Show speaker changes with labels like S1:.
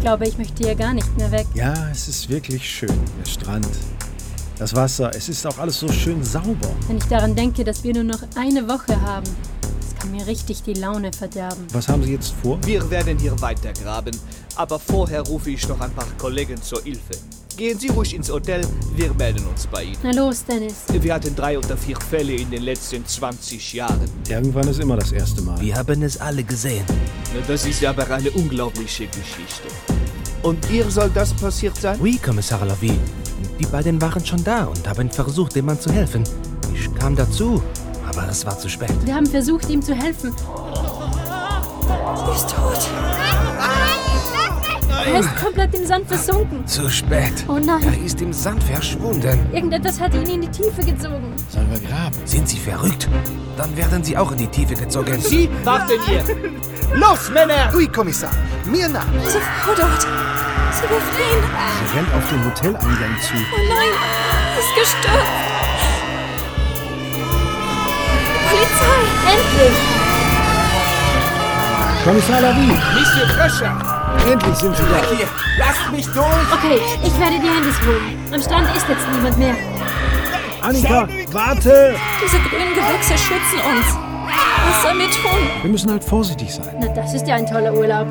S1: glaube, ich möchte hier gar nicht mehr weg.
S2: Ja, es ist wirklich schön, der Strand. Das Wasser, es ist auch alles so schön sauber.
S1: Wenn ich daran denke, dass wir nur noch eine Woche haben, das kann mir richtig die Laune verderben.
S2: Was haben Sie jetzt vor?
S3: Wir werden hier weitergraben, aber vorher rufe ich noch ein paar Kollegen zur Hilfe. Gehen Sie ruhig ins Hotel, wir melden uns bei Ihnen.
S1: Na los, Dennis.
S3: Wir hatten drei oder vier Fälle in den letzten 20 Jahren.
S2: Irgendwann ist immer das erste Mal.
S4: Wir haben es alle gesehen.
S3: Das ist aber eine unglaubliche Geschichte. Und ihr soll das passiert sein?
S4: Oui, Kommissar Lavie. Die beiden waren schon da und haben versucht, dem Mann zu helfen. Ich kam dazu, aber es war zu spät.
S1: Wir haben versucht, ihm zu helfen.
S5: Sie ist tot.
S1: Er ist komplett im Sand versunken.
S4: Zu spät.
S1: Oh nein.
S4: Er ist im Sand verschwunden.
S1: Irgendetwas hat ihn in die Tiefe gezogen.
S2: Sollen wir graben?
S4: Sind Sie verrückt? Dann werden Sie auch in die Tiefe gezogen.
S3: Sie warten hier. Los, Männer!
S6: Oui, Kommissar. Mir nach.
S5: Sie Frau dort. Sie will fliehen.
S2: Sie rennt auf den Hoteleingang zu.
S5: Oh nein, sie ist gestürzt. Polizei,
S1: Endlich!
S2: Kommissar Lavie,
S3: Mr. Crusher!
S2: endlich sind Sie da.
S4: Hier, lasst mich durch!
S1: Okay, ich werde die Handys holen. Am Strand ist jetzt niemand mehr.
S2: Annika, warte!
S5: diese grünen Gewächse schützen uns. Was sollen wir tun?
S2: Wir müssen halt vorsichtig sein.
S1: Na, das ist ja ein toller Urlaub.